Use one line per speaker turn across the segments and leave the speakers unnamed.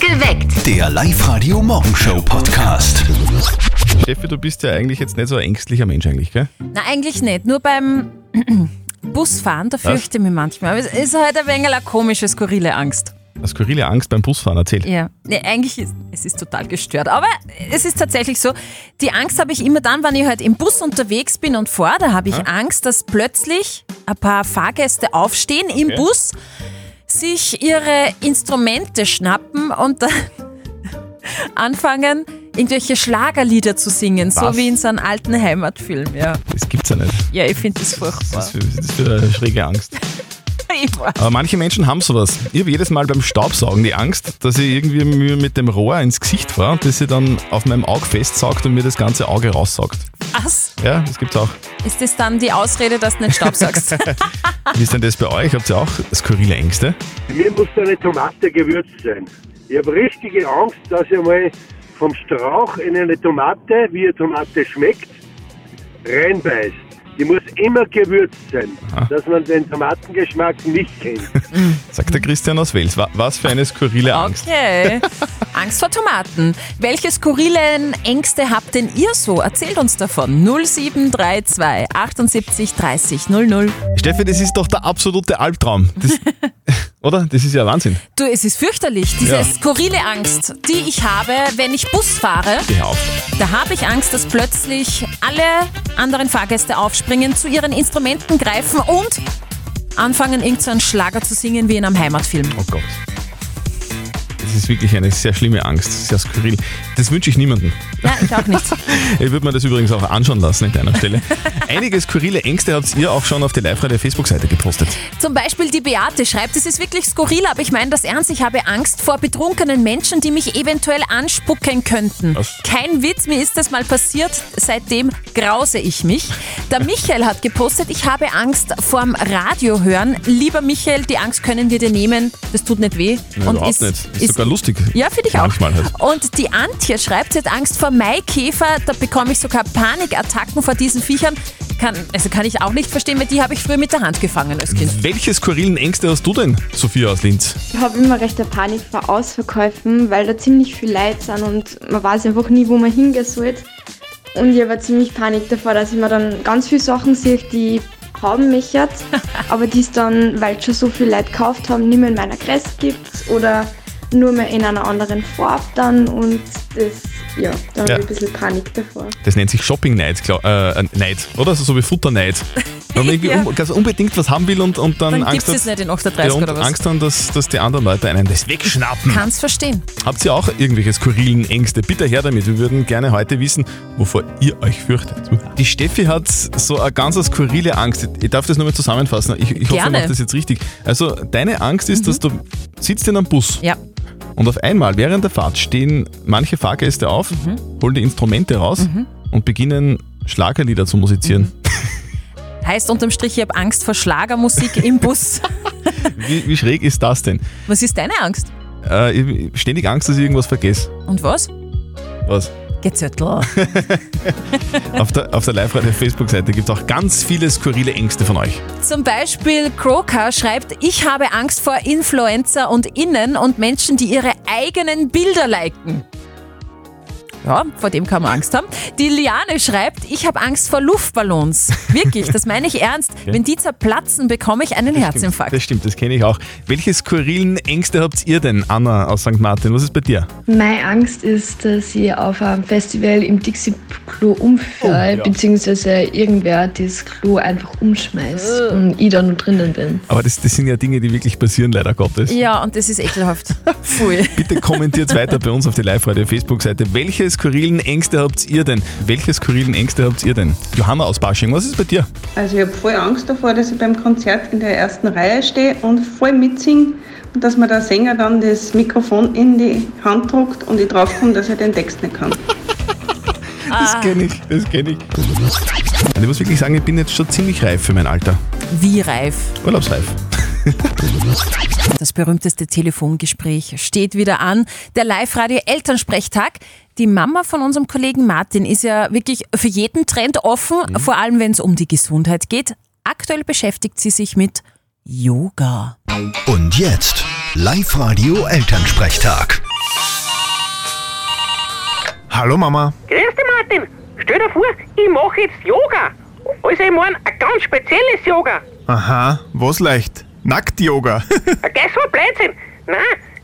Geweckt.
Der Live-Radio-Morgenshow-Podcast.
Steffi, du bist ja eigentlich jetzt nicht so ein ängstlicher Mensch eigentlich, gell?
Na, eigentlich nicht. Nur beim Busfahren, da fürchte ich mich manchmal. Aber es ist halt ein wenig eine komische, skurrile Angst.
Eine skurrile Angst beim Busfahren, erzähl.
Ja. Nee, eigentlich ist es ist total gestört. Aber es ist tatsächlich so. Die Angst habe ich immer dann, wenn ich halt im Bus unterwegs bin und fahre. Da habe ich Angst, dass plötzlich ein paar Fahrgäste aufstehen im Bus, sich ihre Instrumente schnappen und dann anfangen, irgendwelche Schlagerlieder zu singen.
Was?
So wie in so einem alten Heimatfilm. Ja,
Das gibt's ja nicht.
ja ich finde das furchtbar.
Das ist, für, das ist für eine schräge Angst.
Ich weiß.
Aber manche Menschen haben sowas. Ich habe jedes Mal beim Staubsaugen die Angst, dass ich irgendwie mir mit dem Rohr ins Gesicht fahre, dass sie dann auf meinem Auge festsaugt und mir das ganze Auge raussaugt.
Was?
Ja, das gibt's auch.
Ist das dann die Ausrede, dass du nicht staubsaugst?
Wie ist denn das bei euch? Habt ihr auch skurrile Ängste?
Mir muss da eine Tomate gewürzt sein. Ich habe richtige Angst, dass ich mal vom Strauch in eine Tomate, wie eine Tomate schmeckt, reinbeißt. Die muss immer gewürzt sein, dass man den Tomatengeschmack nicht kennt.
Sagt der Christian aus Wels. Wa- Was für eine skurrile Angst.
Okay. Angst vor Tomaten. Welche skurrilen Ängste habt denn ihr so? Erzählt uns davon. 0732 78 30 00.
Steffi, das ist doch der absolute Albtraum. Das, oder? Das ist ja Wahnsinn.
Du, es ist fürchterlich, diese
Ja.
skurrile Angst, die ich habe, wenn ich Bus fahre.
Geh auf.
Da habe ich Angst, dass plötzlich alle anderen Fahrgäste aufspringen, zu ihren Instrumenten greifen und anfangen, irgendeinen Schlager zu singen wie in einem Heimatfilm.
Oh Gott. Das ist wirklich eine sehr schlimme Angst, sehr skurril. Das wünsche ich niemandem.
Ja, ich auch nicht.
Ich würde mir das übrigens auch anschauen lassen an deiner Stelle. Einige skurrile Ängste habt ihr auch schon auf der live radio Facebook-Seite gepostet.
Zum Beispiel die Beate schreibt, es ist wirklich skurril, aber ich meine das ernst. Ich habe Angst vor betrunkenen Menschen, die mich eventuell anspucken könnten.
Was?
Kein Witz, mir ist das mal passiert. Seitdem grause ich mich. Der Michael hat gepostet, ich habe Angst vorm Radio hören. Lieber Michael, die Angst können wir dir nehmen. Das tut nicht weh.
Nein, überhaupt nicht. Ist sogar lustig.
Ja, finde ich
Manchmal
auch.
halt.
Und die Antje schreibt, sie hat Angst vor Maikäfer. Da bekomme ich sogar Panikattacken vor diesen Viechern. Kann, also kann ich auch nicht verstehen, weil die habe ich früher mit der Hand gefangen als Kind.
Welche skurrilen Ängste hast du denn, Sophia aus Linz?
Ich habe immer recht eine Panik vor Ausverkäufen, weil da ziemlich viel Leute sind und man weiß einfach nie, wo man hingehen soll. Und ich habe ziemlich Panik davor, dass ich mir dann ganz viele Sachen sehe, die ich haben möchte, aber die es dann, weil schon so viele Leute gekauft haben, nicht mehr in meiner Größe gibt oder nur mehr in einer anderen Farbe dann und das, ja, da habe
Ja.
ich ein bisschen Panik davor.
Das nennt sich Shopping Night, glaub, äh, äh, Night oder? So, so wie Futter Night. Wenn man irgendwie
Ja.
un- ganz unbedingt was haben will und, und dann,
Dann gibt
Angst
es es
hat,
nicht in
ja,
38
und
oder was.
Angst haben, dass, dass die anderen Leute einen das wegschnappen.
Kann's verstehen.
Habt ihr auch irgendwelche skurrilen Ängste? Bitte her damit. Wir würden gerne heute wissen, wovor ihr euch fürchtet. Die Steffi hat so eine ganz skurrile Angst. Ich darf das nochmal zusammenfassen. Ich, ich hoffe, ich
Gerne.
mache das jetzt richtig. Also, deine Angst ist, dass du sitzt in einem Bus
Ja.
und auf einmal während der Fahrt stehen manche Fahrgäste auf,
Mhm.
holen die Instrumente raus und beginnen Schlagerlieder zu musizieren.
Heißt unterm Strich, ich habe Angst vor Schlagermusik im Bus.
Wie, wie schräg ist das denn?
Was ist deine Angst?
Äh, ich hab ständig Angst, dass ich irgendwas vergesse.
Und was?
Was?
Gezöttel.
auf der, auf der Live-Radio-Facebook-Seite gibt es auch ganz viele skurrile Ängste von euch.
Zum Beispiel Croker schreibt, ich habe Angst vor Influencer und Innen und Menschen, die ihre eigenen Bilder liken. Ja, vor dem kann man Angst haben. Die Liane schreibt, ich habe Angst vor Luftballons. Wirklich, das meine ich ernst. Wenn die zerplatzen, bekomme ich einen Herzinfarkt.
Das stimmt, das kenne ich auch. Welche skurrilen Ängste habt ihr denn, Anna aus St. Martin? Was ist bei dir?
Meine Angst ist, dass ich auf einem Festival im Dixie-Klo umfalle,
Oh, ja.
beziehungsweise irgendwer das Klo einfach umschmeißt
Äh.
und ich da nur drinnen bin.
Aber das, das sind ja Dinge, die wirklich passieren, leider Gottes.
Ja, und das ist ekelhaft. Pfui.
Bitte kommentiert weiter bei uns auf die Live-Radio-Facebook-Seite. Welche skurrilen Ängste habt ihr denn? Welche skurrilen Ängste habt ihr denn? Johanna aus Basching, was ist bei dir?
Also ich habe voll Angst davor, dass ich beim Konzert in der ersten Reihe stehe und voll mitsing und dass mir der Sänger dann das Mikrofon in die Hand druckt und ich draufkomme, dass er den Text nicht kann.
Das kenne ich, das kenne ich. Und ich muss wirklich sagen, ich bin jetzt schon ziemlich reif für mein Alter.
Wie reif.
Urlaubsreif.
Das berühmteste Telefongespräch steht wieder an. Der Live-Radio Elternsprechtag. Die Mama von unserem Kollegen Martin ist ja wirklich für jeden Trend offen, vor allem wenn es um die Gesundheit geht. Aktuell beschäftigt sie sich mit Yoga.
Und jetzt Live-Radio Elternsprechtag.
Hallo Mama.
Grüß dich, Martin. Stell dir vor, ich mache jetzt Yoga. Also, ich meine, ein ganz spezielles Yoga.
Aha, was leicht? Nackt-Yoga.
Ein Geist Äh, war Blödsinn. Nein,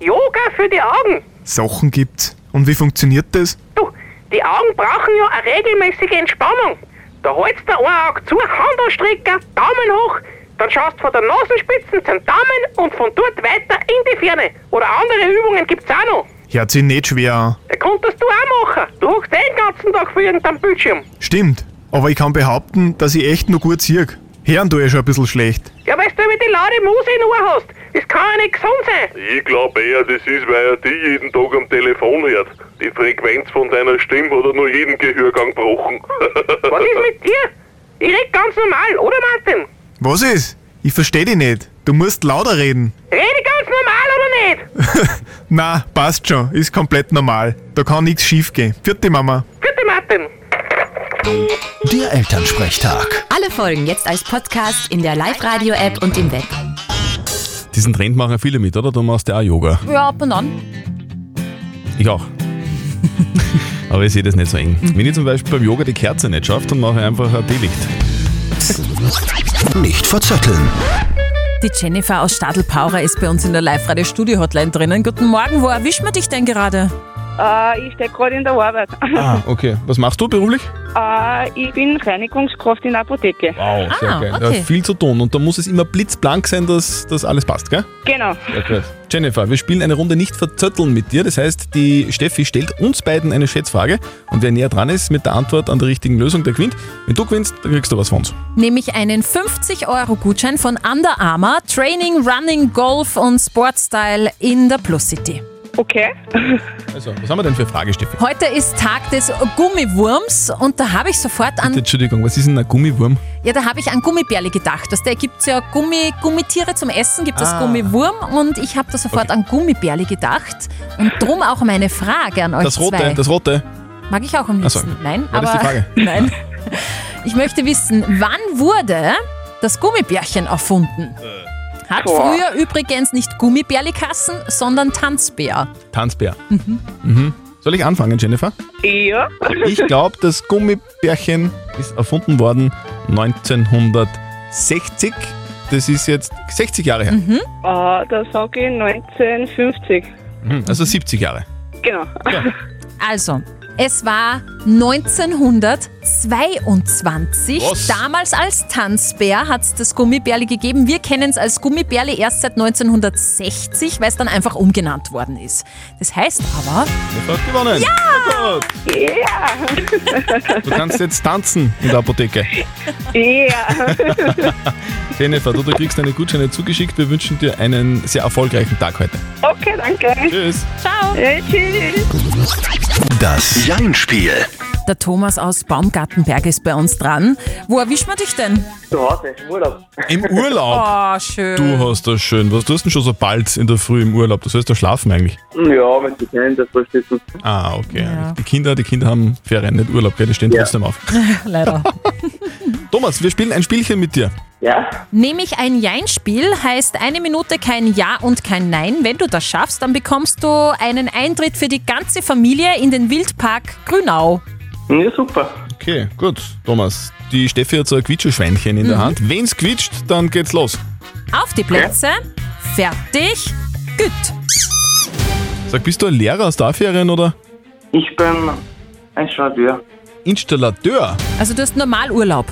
Yoga für die Augen.
Sachen gibt's. Und wie funktioniert das?
Du, die Augen brauchen ja eine regelmäßige Entspannung. Da hältst du ein Auge zu, Hand anstrecken, Daumen hoch, dann schaust von der Nasenspitze zum Daumen und von dort weiter in die Ferne. Oder andere Übungen gibt's auch noch.
Hört sich nicht schwer an.
Da konntest du auch machen. Du hockst eh den ganzen Tag vor irgendeinem Bildschirm.
Stimmt, aber ich kann behaupten, dass ich echt nur gut sieg. Hören tue ich schon ein bisschen schlecht.
Ja, weil du über die laute Muse in Ohr hast. Das kann ja nicht gesund sein.
Ich glaube eher, das ist, weil er die jeden Tag am Telefon hört. Die Frequenz von deiner Stimme hat er nur jeden Gehörgang gebrochen.
Was ist mit dir? Ich red ganz normal, oder Martin?
Was ist? Ich verstehe dich nicht. Du musst lauter reden.
Rede ganz normal oder nicht?
Na, passt schon. Ist komplett normal. Da kann nichts schief gehen. Vierte Mama.
Bitte, Martin.
Der Elternsprechtag.
Alle Folgen jetzt als Podcast in der Live-Radio-App und im Web.
Diesen Trend machen viele mit, oder? Du machst ja auch Yoga.
Ja, ab und an.
Ich auch. Aber ich sehe das nicht so eng. Wenn ich zum Beispiel beim Yoga die Kerze nicht schafft, dann mache ich einfach ein Teelicht.
Nicht verzetteln.
Die Jennifer aus Stadelpaurer ist bei uns in der Live-Radio-Studio-Hotline drinnen. Guten Morgen, wo erwischt man dich denn gerade?
Äh, ich stecke gerade in der Arbeit.
Ah, okay. Was machst du beruflich?
Äh, ich bin Reinigungskraft in der Apotheke.
Wow, sehr
Ah,
geil.
okay.
Da ist viel zu tun und da muss es immer blitzblank sein, dass das alles passt, gell?
Genau.
Ja, gut. Jennifer, wir spielen eine Runde nicht verzötteln mit dir. Das heißt, die Steffi stellt uns beiden eine Schätzfrage und wer näher dran ist mit der Antwort an der richtigen Lösung, der gewinnt. Wenn du gewinnst, dann kriegst du was von uns.
Nämlich einen 50-Euro-Gutschein von Under Armour, Training, Running, Golf und Sportstyle in der Plus City.
Okay.
Also, was haben wir denn für eine Frage, Steffi?
Heute ist Tag des Gummiwurms und da habe ich sofort an,
Entschuldigung, was ist denn ein Gummiwurm?
ja, da habe ich an Gummibärli gedacht. Das, da gibt es ja Gummi, Gummitiere zum Essen, gibt es
Ah.
Gummiwurm und ich habe da sofort an Gummibärli gedacht und drum auch meine Frage an euch
Das Rote,
zwei.
das Rote.
Mag ich auch am
Ach so.
liebsten. Nein,
War
aber
das die Frage?
nein. Ich möchte wissen, wann wurde das Gummibärchen erfunden? Hat
Boah.
früher übrigens nicht Gummibärlikassen, sondern Tanzbär.
Tanzbär. Mhm. Soll ich anfangen, Jennifer?
Ja. Äh,
Ich glaube, das Gummibärchen ist erfunden worden 1960. Das ist jetzt 60 Jahre her.
Äh, da sage ich 1950.
Mhm, Also 70 Jahre.
Genau.
Also, es war 1922.
Was?
Damals als Tanzbär hat es das Gummibärli gegeben. Wir kennen es als Gummibärli erst seit 1960, weil es dann einfach umgenannt worden ist. Das heißt aber,
Ich hab gewonnen. Ja!
Ja.
Du kannst jetzt tanzen in der Apotheke.
Ja.
Jennifer, du, du kriegst deine Gutscheine zugeschickt. Wir wünschen dir einen sehr erfolgreichen Tag heute.
Okay, danke.
Tschüss.
ciao!
Äh, tschüss.
Das Jein-Spiel.
Der Thomas aus Baumgartenberg ist bei uns dran. Wo erwischt man dich denn?
Zu Hause, im Urlaub.
Im Urlaub.
Oh, schön.
Du hast das schön. Was tust du denn schon so bald in der Früh im Urlaub? Das heißt, da schlafen eigentlich.
Hm, Ja, wenn Sie kennen, das verstehst du.
Ah, okay.
Ja.
Die Kinder, die Kinder haben Ferien, nicht Urlaub, gell? Die stehen trotzdem auf.
Leider.
Thomas, wir spielen ein Spielchen mit dir.
Ja?
Nehme ich ein Jein-Spiel, heißt eine Minute kein Ja und kein Nein. Wenn du das schaffst, dann bekommst du einen Eintritt für die ganze Familie in den Wildpark Grünau.
Ja, super.
Okay, gut. Thomas, die Steffi hat so ein Quietscheschweinchen in
Mhm.
der Hand. Wenn's quietscht, dann geht's los.
Auf die Plätze. Fertig. Gut.
Sag, bist du ein Lehrer aus der Ferien oder
Ich bin ein Chargeur.
Installateur?
Also du hast normal Urlaub.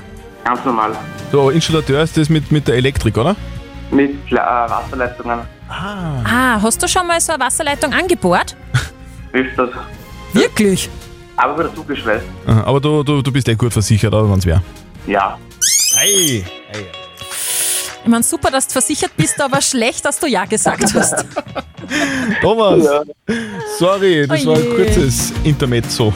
Ganz normal.
So, Installateur ist das mit, mit der Elektrik, oder?
Mit äh, Wasserleitungen.
Ah, hast du schon mal so eine Wasserleitung angebohrt?
Öfters.
Wirklich?
Aber wieder zugeschweißt.
Aha, aber du, du, du bist eh gut versichert, oder wenn's wäre.
Ja.
Hey!
Ich meine, super, dass du versichert bist, aber schlecht, dass du Ja gesagt hast.
Thomas! Sorry, das war ein
Oje.
kurzes Intermezzo.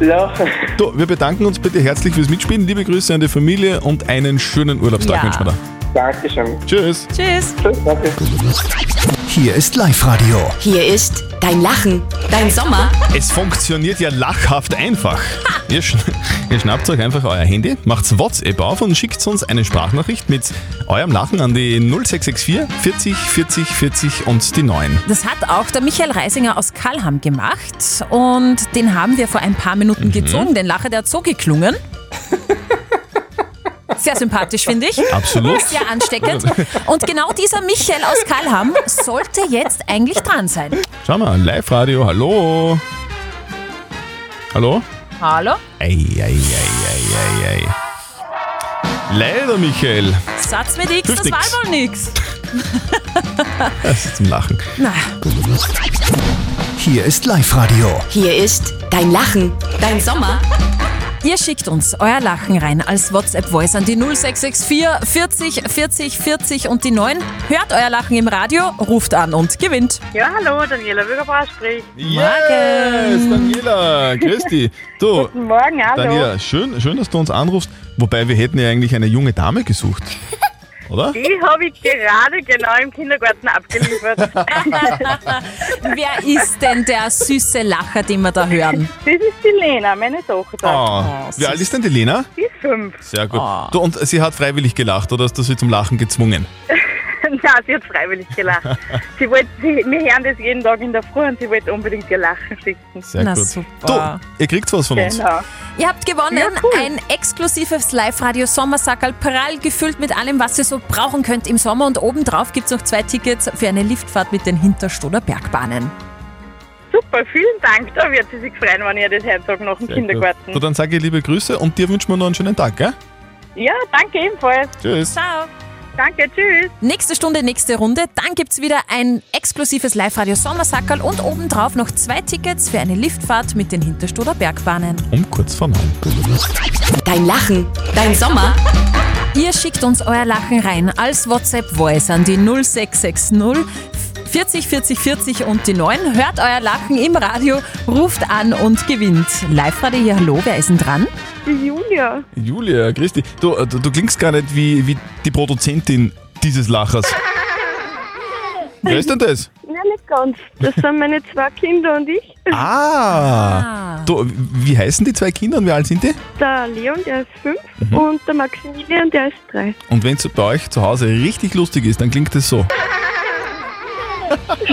Ja.
Du, wir bedanken uns bitte herzlich fürs Mitspielen. Liebe Grüße an die Familie und einen schönen Urlaubstag
Ja.
wünschen wir dir.
Dankeschön.
Tschüss.
Tschüss.
Tschüss, danke.
Hier ist Live-Radio.
Hier ist dein Lachen, dein Sommer.
Es funktioniert ja lachhaft einfach. Ihr, schn ihr schnappt euch einfach euer Handy, macht WhatsApp auf und schickt uns eine Sprachnachricht mit eurem Lachen an die 0664 40 40 40 und die 9.
Das hat auch der Michael Reisinger aus Kalham gemacht und den haben wir vor ein paar Minuten
Mhm.
gezogen. Den Lacher, der hat so geklungen. Sehr sympathisch, finde ich.
Absolut.
Sehr ansteckend. Und genau dieser Michael aus Kalham sollte jetzt eigentlich dran sein.
Schau mal, Live-Radio, hallo. Hallo?
Hallo?
Ei, ei, ei, ei, ei, ei. Leider, Michael.
Satz mit X,
Hilft
das
nix.
war wohl nix.
Das ist zum Lachen.
Na,
Hier ist Live-Radio.
Hier ist dein Lachen, dein Sommer.
Ihr schickt uns euer Lachen rein als WhatsApp-Voice an die 0664 40 40 40 und die 9. Hört euer Lachen im Radio, ruft an und gewinnt.
Ja, hallo, Daniela Bürgerbauer spricht.
Yes, Daniela, Christi. Du,
Guten Morgen, hallo.
Daniela, schön, schön, dass du uns anrufst. Wobei wir hätten ja eigentlich eine junge Dame gesucht. Oder?
Die habe ich gerade genau im Kindergarten abgeliefert.
Wer ist denn der süße Lacher, den wir da hören?
das ist die Lena, meine Tochter.
Oh, wie alt ist denn die Lena?
Die ist fünf.
Sehr gut. Du, und sie hat freiwillig gelacht, oder hast du sie zum Lachen gezwungen?
Nein, sie hat freiwillig gelacht. sie wollte, sie, wir hören das jeden Tag in der Früh und sie wollte unbedingt ihr Lachen schicken.
Sehr
Na,
gut. Du,
super.
ihr kriegt was von uns.
Genau.
Ihr habt gewonnen ein exklusives Live-Radio Sommersackerl, prall gefüllt mit allem, was ihr so brauchen könnt im Sommer. Und obendrauf gibt es noch zwei Tickets für eine Liftfahrt mit den Hinterstoder Bergbahnen.
Super, vielen Dank. Da wird sie sich freuen, wenn ihr das heute Tag noch im
Sehr gut.
Kindergarten.
Du, dann sage ich liebe Grüße und dir wünschen wir noch einen schönen Tag, gell?
Ja, danke ebenfalls.
Tschüss.
Ciao.
Danke, tschüss.
Nächste Stunde, nächste Runde. Dann gibt es wieder ein exklusives Live-Radio Sommersackerl und obendrauf noch zwei Tickets für eine Liftfahrt mit den Hinterstoder Bergbahnen.
Um kurz vor neun.
Dein Lachen, dein Sommer.
Ihr schickt uns euer Lachen rein als WhatsApp-Voice an die 0660 40 40 40 und die 9. Hört euer Lachen im Radio, ruft an und gewinnt. Live-Radio hier, hallo, wer ist denn dran?
Die Julia.
Julia, Christi, du, äh, du, du klingst gar nicht wie, wie die Produzentin dieses Lachers. Wer ist denn das?
Nein, nicht ganz. Das sind meine zwei Kinder und ich.
Ah! Du, wie heißen die zwei Kinder und wie alt sind die?
Der Leon, der ist fünf und der Maximilian, der ist drei.
Und wenn es bei euch zu Hause richtig lustig ist, dann klingt es so.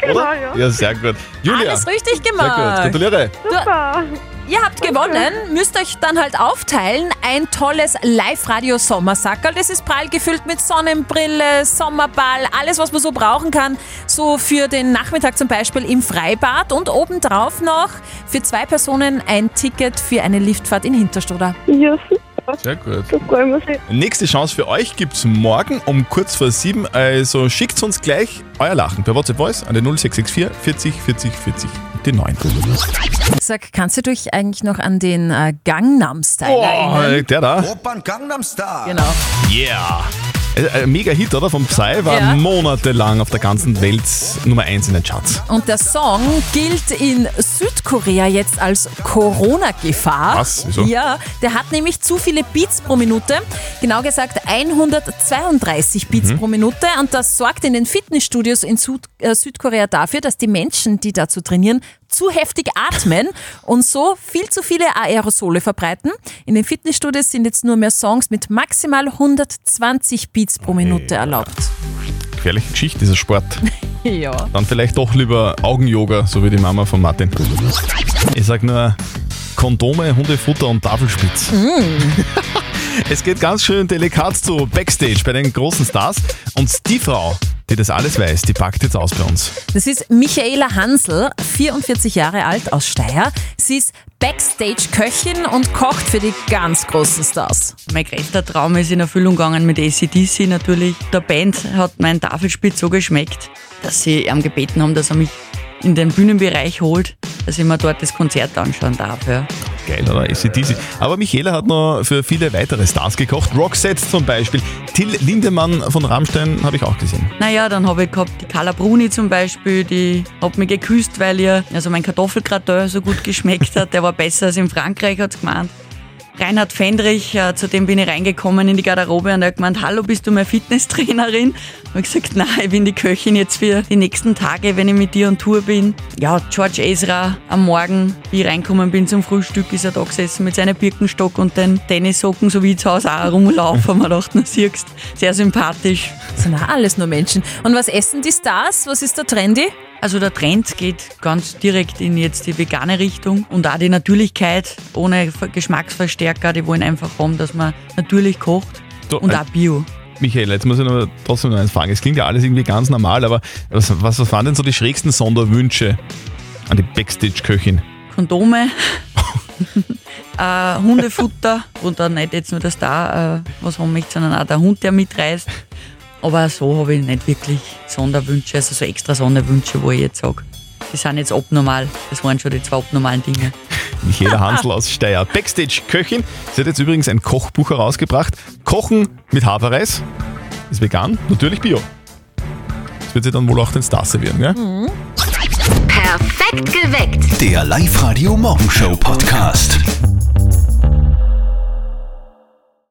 Genau,
Oder?
ja.
Ja, sehr gut. Julia,
Alles richtig
sehr
gemacht.
gut. Gratuliere.
Super.
Ihr habt gewonnen, müsst euch dann halt aufteilen. Ein tolles Live-Radio-Sommersackerl. Das ist prall gefüllt mit Sonnenbrille, Sommerball, alles, was man so brauchen kann. So für den Nachmittag zum Beispiel im Freibad. Und obendrauf noch für zwei Personen ein Ticket für eine Liftfahrt in Hinterstoder.
Ja,
Sehr gut.
so freuen wir uns.
Nächste Chance für euch gibt's morgen um kurz vor sieben. Also schickt uns gleich euer Lachen per WhatsApp Voice an den 0664 40 40 40 die 9.
Sag, kannst du dich eigentlich noch an den äh, Gangnam-Style
Oh,
erinnern?
äh, der da.
Opern Gangnam Star.
Genau.
Yeah. Äh, äh, Mega Hit, oder? Von Psy war
Ja.
monatelang auf der ganzen Welt Nummer 1 in den Charts.
Und der Song gilt in Südkorea jetzt als Corona-Gefahr.
Was? Wieso?
Ja, der hat nämlich zu viele Beats pro Minute. Genau gesagt 132 Beats
Mhm.
pro Minute. Und das sorgt in den Fitnessstudios in Süd äh, Südkorea dafür, dass die Menschen, die dazu trainieren, zu heftig atmen und so viel zu viele Aerosole verbreiten. In den Fitnessstudios sind jetzt nur mehr Songs mit maximal 120 Beats pro Minute erlaubt.
Gefährliche Geschichte, dieser Sport.
Ja.
Dann vielleicht doch lieber Augen-Yoga, so wie die Mama von Martin. Ich sag nur Kondome, Hundefutter und Tafelspitz. Es geht ganz schön delikat zu Backstage bei den großen Stars. Und die Frau, die das alles weiß, die packt jetzt aus bei uns.
Das ist Michaela Hansel, 44 Jahre alt aus Steyr. Sie ist Backstage-Köchin und kocht für die ganz großen Stars.
Mein größter Traum ist in Erfüllung gegangen mit ACDC natürlich. Der Band hat mein Tafelspitz so geschmeckt, dass sie ihm gebeten haben, dass er mich in den Bühnenbereich holt, dass ich mir dort das Konzert anschauen darf. Ja.
Geil, oder? ACDC. Aber Michaela hat noch für viele weitere Stars gekocht. Roxette zum Beispiel. Till Lindemann von Rammstein habe ich auch gesehen.
Naja, dann habe ich gehabt die Carla Bruni zum Beispiel, die hat mich geküsst, weil ihr also mein Kartoffelgratin so gut geschmeckt hat. Der war besser als in Frankreich, hat's gemeint. Reinhard Fendrich, äh, zu dem bin ich reingekommen in die Garderobe und er hat gemeint, hallo, bist du meine Fitnesstrainerin? Und ich gesagt, nein, ich bin die Köchin jetzt für die nächsten Tage, wenn ich mit dir on Tour bin. Ja, George Ezra am Morgen, wie ich reinkommen bin zum Frühstück, ist er da gesessen mit seinem Birkenstock und den Tennissocken, so wie ich zu Hause auch rumlaufen. Man dachte, na, siehst, sehr sympathisch.
Sind auch alles nur Menschen. Und was essen die Stars? Was ist der Trendy?
Also der Trend geht ganz direkt in jetzt die vegane Richtung und auch die Natürlichkeit ohne Ver- Geschmacksverstärker. Die wollen einfach haben, dass man natürlich kocht
Du,
und
äh,
auch Bio.
Michael, jetzt muss ich noch trotzdem noch eins fragen. Es klingt ja alles irgendwie ganz normal, aber was, was, was waren denn so die schrägsten Sonderwünsche an die Backstage-Köchin?
Kondome, äh, Hundefutter und dann nicht jetzt nur der Star, äh, was haben möchte, sondern auch der Hund, der mitreist. Aber so habe ich nicht wirklich Sonderwünsche, also so extra Sonderwünsche, wo ich jetzt sage, die sind jetzt abnormal. Das waren schon die zwei abnormalen Dinge.
Michaela Hansl aus Steyr, Backstage-Köchin. Sie hat jetzt übrigens ein Kochbuch herausgebracht. Kochen mit Haferreis. Ist vegan, natürlich Bio. Das wird sie dann wohl auch den Stars servieren, gell?
Perfekt geweckt.
Der Live-Radio Morgenshow Podcast.